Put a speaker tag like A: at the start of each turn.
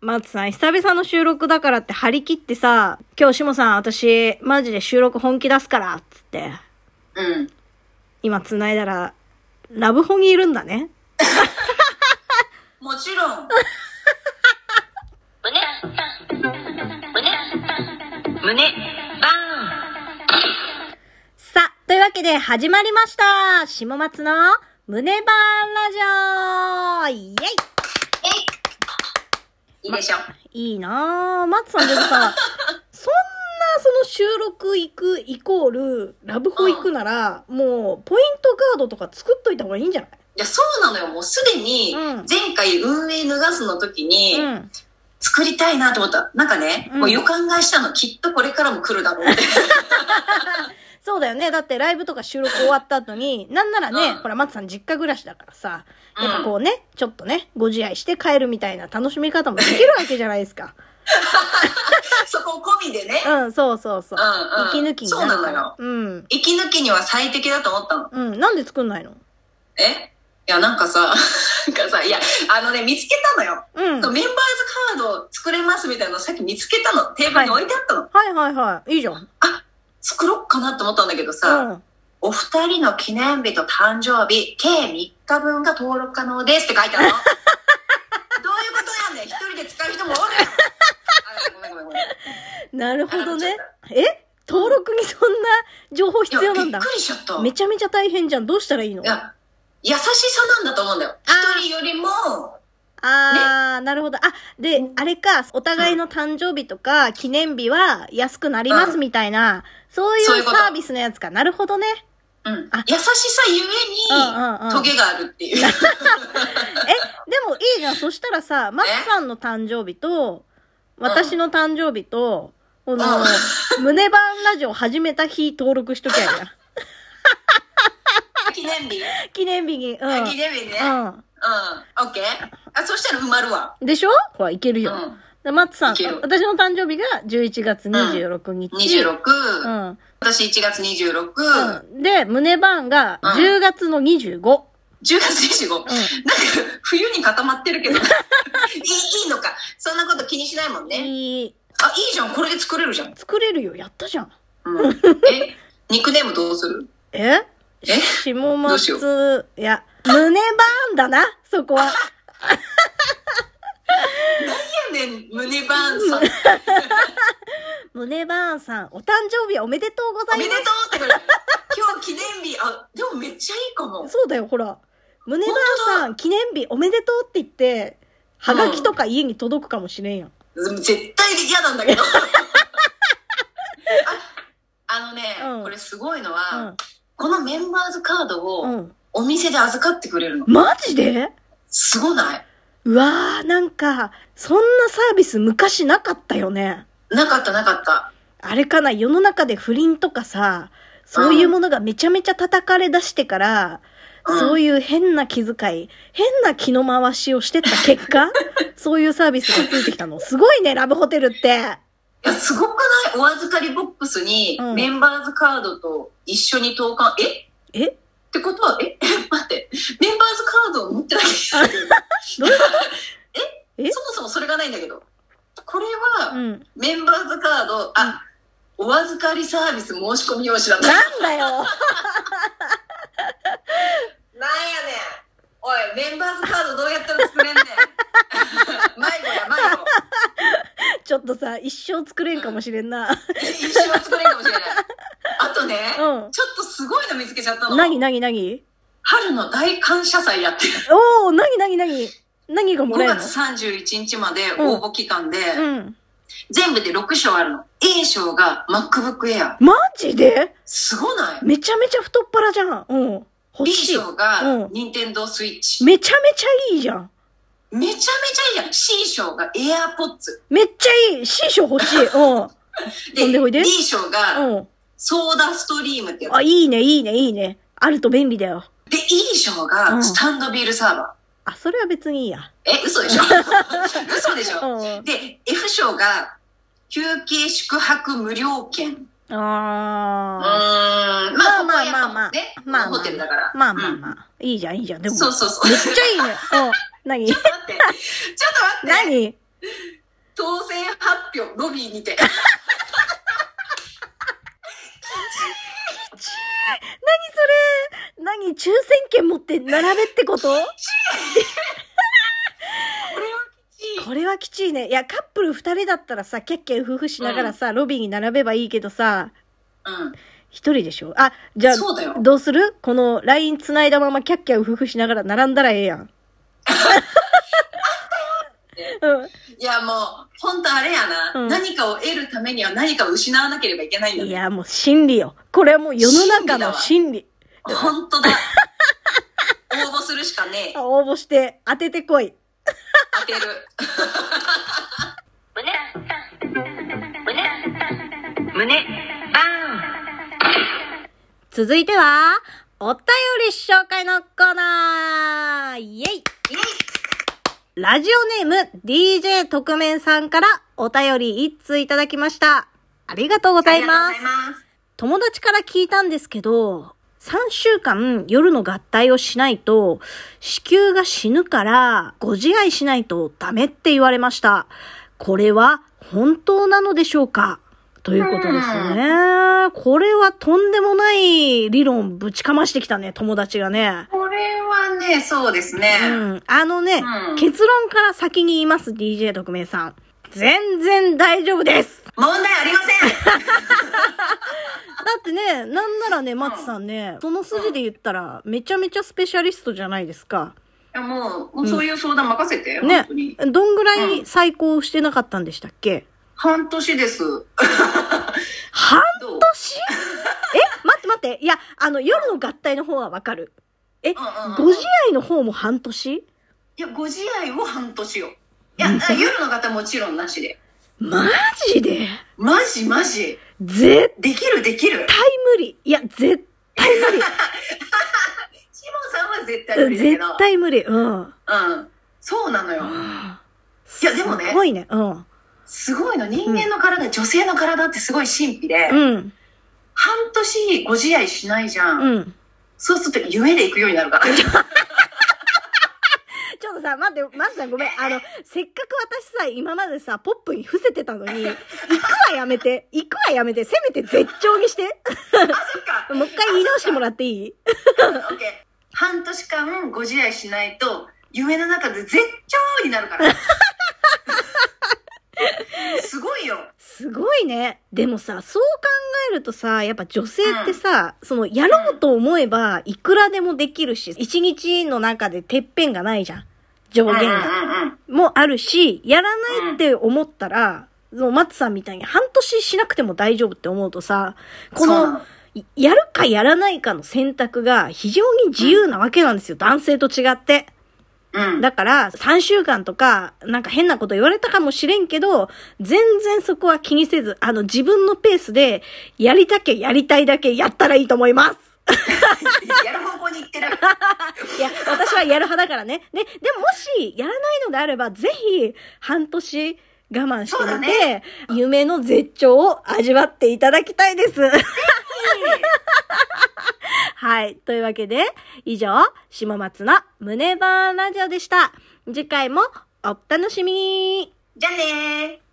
A: 松さん、久々の収録だからって張り切ってさ、今日しもさん、私、マジで収録本気出すから、つって、
B: うん。
A: 今繋いだら、ラブホにいるんだね。
B: もちろん。 胸、胸、胸、バーン。
A: さあ、というわけで始まりました下松の胸バーンラジオイェイ
B: いいでしょ。
A: いいなぁ。松さんでも さ、そんなその収録行くイコール、ラブホ行くなら、もう、ポイントガードとか作っといた方がいいんじゃない
B: いや、そうなのよ。もうすでに
A: うん、
B: 前回運営脱がすの時に、
A: うん。作
B: 作りたいなと思った。なんかね、
A: うん
B: もう予感がしたの。きっとこれからも来るだ ろうって。
A: そうだよね。だってライブとか収録終わった後に、なんならね
B: う、ん
A: ほら、松さん実家暮らしだからさ、
B: うん
A: やっぱこうね、ちょっとね、ご自愛して帰るみたいな楽しみ方もできるわけじゃないですか。
B: そこ込みでね。
A: うん、そうそうそう。
B: う
A: 息
B: んうん
A: 抜きになる
B: そ
A: か
B: うなのよ
A: ら。うん。
B: 息抜きには最適だと思ったの。
A: うん。なんで作んないの
B: えいや、なんかさ、 なんかさ、いや、あのね、見つけたのよ。
A: うん。
B: メンバーズカードを作れますみたいなのさっき見つけたの。テーブルに置いてあったの。
A: はいはいはい。いいじゃん。
B: 作ろっかなと思ったんだけどさ、
A: うん。
B: お二人の記念日と誕生日、計3日分が登録可能ですって書 いてあるの。どういうことやねん。一人で使う人もおるやん。あごめんごめんごめん。
A: なるほどね
B: あの。
A: え登録にそんな情報必
B: いや、
A: 要な
B: び
A: んだ
B: っ。くりしちゃった。
A: め
B: い
A: ちゃめちゃ大変じゃん。どうしたらいいのあ
B: や、優しさなんだと思うんだよ。
A: あー
B: 一人よりも、
A: あー、なるほど。あ、で、あれか、お互いの誕生日とか記念日は安くなりますみたいな、そういう
B: そういうこと
A: サービスのやつか。なるほどね。
B: うん
A: あ、
B: 優しさゆ
A: うんうんう
B: え
A: ん
B: に、トゲがあるっ ていう。
A: え、でもいいじゃん。そしたらさ、マッさんの誕生日と、私の誕生日と、この、胸バーンラジオ始めた日登録しときゃいいや。
B: 記念日、
A: 記念日に。うん。
B: あ記念日ね。うん。
A: う
B: オッケー。あ、そしたら埋まるわ。
A: ん。でしょほら、いける
B: う
A: よ。
B: ん。
A: でマッツさん
B: いける、
A: 私の誕生日が11月26日。
B: 26、
A: うん。
B: 私1月26、
A: うん。で、胸バーンが
B: うん
A: 10月の25。
B: 10月25。なんか
A: うん。
B: 冬に固まってるけど いい、いいのか。そんなこと気にしないもんね。
A: いい
B: あ、いいじゃん。これで作れるじゃん。
A: 作れるよ。やったじゃん。
B: うん、え、ニックネームどうする
A: え
B: え
A: 下
B: どうしよ
A: 松、いや、胸バーンだな、そこは。
B: いやねん、胸バーンさん。お
A: 胸バーンさん、お誕生日おめでとうござい
B: めで
A: ま
B: とう
A: す。
B: ってこれ。今日記念日。あ、でもめっちゃいいかも。
A: そうだよ、ほら。胸バーンさん、記念日おめでとうって言って、はがきとか家に届くかもしれんやん。
B: 絶対嫌なん だけど。あ、あのね、
A: うん
B: これすごいの
A: う
B: は、
A: ん。
B: このメンバーズカード
A: う
B: を
A: ん。
B: お店で預かってくれるの。
A: マジです
B: ごないう
A: わー、なんか、そんなサービス昔なかったよね。
B: なかったなかった。
A: あれかな、世の中で不倫とかさ、そういうものがめちゃめちゃ叩かれ出してから、
B: うん
A: そういう変な気遣い、変な気の回しをしてった結 果、そういうサービスがついてきたの。すごいね、ラブホテルって。
B: いや、すごくないお預かりボックスに
A: うん
B: メンバーズカードと一緒に投函、えっ
A: え
B: てことは、え 待って、メンバーズカードを持ってないんだけど
A: どういうこ え
B: そもそもそれがないんだけど。これ
A: とう
B: は、
A: ん。なん
B: メンバーズカード、あ、お預かりサービス申し込み用紙だった。なん
A: だよ。
B: やねん。おい、メンバーズカードどうやったら 作れんねん。迷子や、迷子。
A: ちょっとさ、一生作れんかもしれん な。
B: 一生作れるかもしれない。あとね、
A: うん
B: ちょっとすごいの見つけちゃったの。
A: なになになに
B: 春の大感謝祭やってる。
A: おー、なになになに何がも
B: 5
A: らえるの
B: 月31日まで応募期間で、
A: うん。
B: 全部で6賞あるの。A 賞が MacBook Air。
A: マジです
B: ごない
A: めちゃめちゃ太っ腹じゃん。うん。欲
B: ?B
A: しい。
B: 賞が
A: うん
B: Nintendo Switch。
A: めちゃめちゃいいじゃん。
B: めちゃめちゃいいやん。C 賞が AirPods。
A: めっちゃいい。師匠欲しい。 うん。飛んでおいで
B: D 賞が
A: うん。
B: ソーダストリームってやつ。
A: あ、いいね、いいね、いいね。あると便利だよ。
B: で、E 賞
A: う
B: が
A: ん
B: スタンドビールサーバ
A: あ、それは別にいいや。
B: ー。え、嘘でしょ嘘でしょ
A: うん。
B: で、F 賞が、休憩宿泊無料券。うーん。
A: あ
B: まあ、
A: まあ
B: ここはやっぱ
A: まあまあ
B: ね、
A: まあまあ
B: ホテルだから。
A: ー。まあまあ
B: あ。
A: まあ。いいじゃん、いいじゃん。でも、め
B: そう
A: っ
B: そうそう。ちょっ
A: ちゃいいね。うん。何
B: と待って。ちょっと待っ
A: 何
B: て。当選発表ロビーにて。
A: 何それ何抽選券持って並べってこと
B: これはきちい。
A: これはきちいね。いや、カップル二人だったらさ、キャッキャ夫婦しながらさ、ロビーに並べばいいけどさ、
B: う
A: 一人でしょあ、じゃ
B: ん。そうだよ
A: あ、。どうするこの LINE 繋いだままキャッキャ夫婦しながら並んだらええやん。うん。
B: いや、もう、本当あれやな、
A: うん
B: 何かを得るためには何かを失わなければいけないんだ
A: い
B: ね。
A: や、もう真理よ。これはもう世の中の真理。
B: 本当だ。応募するしかねえ。
A: 応募して当ててこい。
B: 当てる。
C: 胸胸バーン
A: 続いては、お便り紹介のコーナーイェイ
B: イェイ
A: ラジオネーム DJ 特命さんからお便り一通いただきました。ありがとうござ
B: あ
A: い
B: りが
A: ま
B: とう
A: す
B: ござい。ます。
A: 友達から聞いたんですけど、3週間夜の合体をしないと、子宮が死ぬからご自愛しないとダメって言われました。これは本当なのでしょうかということですね。これはとんでもない理論ぶちかましてきたね、友達がね。
B: これはね、そうですね。
A: うん。あのね、
B: うん
A: 結論から先に言います、DJ 特命さん。全然大丈夫です
B: 問題ありません。
A: だってね、なんならね、松さんね、その筋で言ったら、めちゃめちゃスペシャリストじゃないですか。
B: いやもう、もうそういう相談任せて、
A: ね
B: 本当に。。
A: どんぐら
B: う
A: い再考してなかったんでしたっけ
B: 半年です。
A: 半
B: どう
A: 年え待って待って。いや、あの、夜の合体の方はわかる。え、
B: うんうん
A: ご自愛の方も半年
B: いや、ご自愛を半 年よ。いや、あ夜の方もちろんなしで。
A: マジで
B: マジマジ。
A: 絶
B: できるできる。
A: 対無理。いや、絶対 無理。
B: シモンさんは絶対
A: う
B: 無
A: ん
B: 理だけ
A: 絶
B: ど。
A: 対無理。うん。
B: うん。そうなのよ。いやでもね
A: すごいね。うん。
B: すごいの。人間の体、女性の体ってすごい神秘で、
A: うん。
B: 半年ご自愛しないじゃん。
A: うん。
B: そうすると夢で行くようにな るから。
A: ちょっとさ、待って、まずさんごめん。あの、せっかく私さ、今までさ、ポップに伏せてたの に、行くはやめて、行くはやめて、せめて絶頂にして。
B: あ、そっか。
A: もう一回言い直してもらっていい
B: オッケー。半年間ご自愛しないと、夢の中で絶頂にな るから。すごいよ。
A: すごいね。でもさ、そう考えるとさ、やっぱ女性ってさ、その、やろうと思えば、いくらでもできるし、一日の中でてっぺんがないじゃん。上
B: うんうんう
A: 限
B: ん
A: が。もあるし、やらないって思ったら、その松さんみたいに半年しなくても大丈夫って思うとさ、こ
B: そうな
A: の、いやるかやらないかの選択が非常に自由なわけなんですよ。男性と違って。
B: うん。
A: だから、3週間とか、なんか変なこと言われたかもしれんけど、全然そこは気にせず、あの、自分のペースで、やりたきゃやりたいだけやったらいいと思います。
B: やる方向に行ってる。
A: いや、私はやる派だからね。ね、でももし、やらないのであれば、ぜひ、半年、我慢して
B: そうだ
A: みて、
B: ね
A: 夢の絶頂を味わっていただきたいです。 はい。というわけで、以上、下松の胸バーンラジオでした。次回もお楽しみに
B: じゃあねー。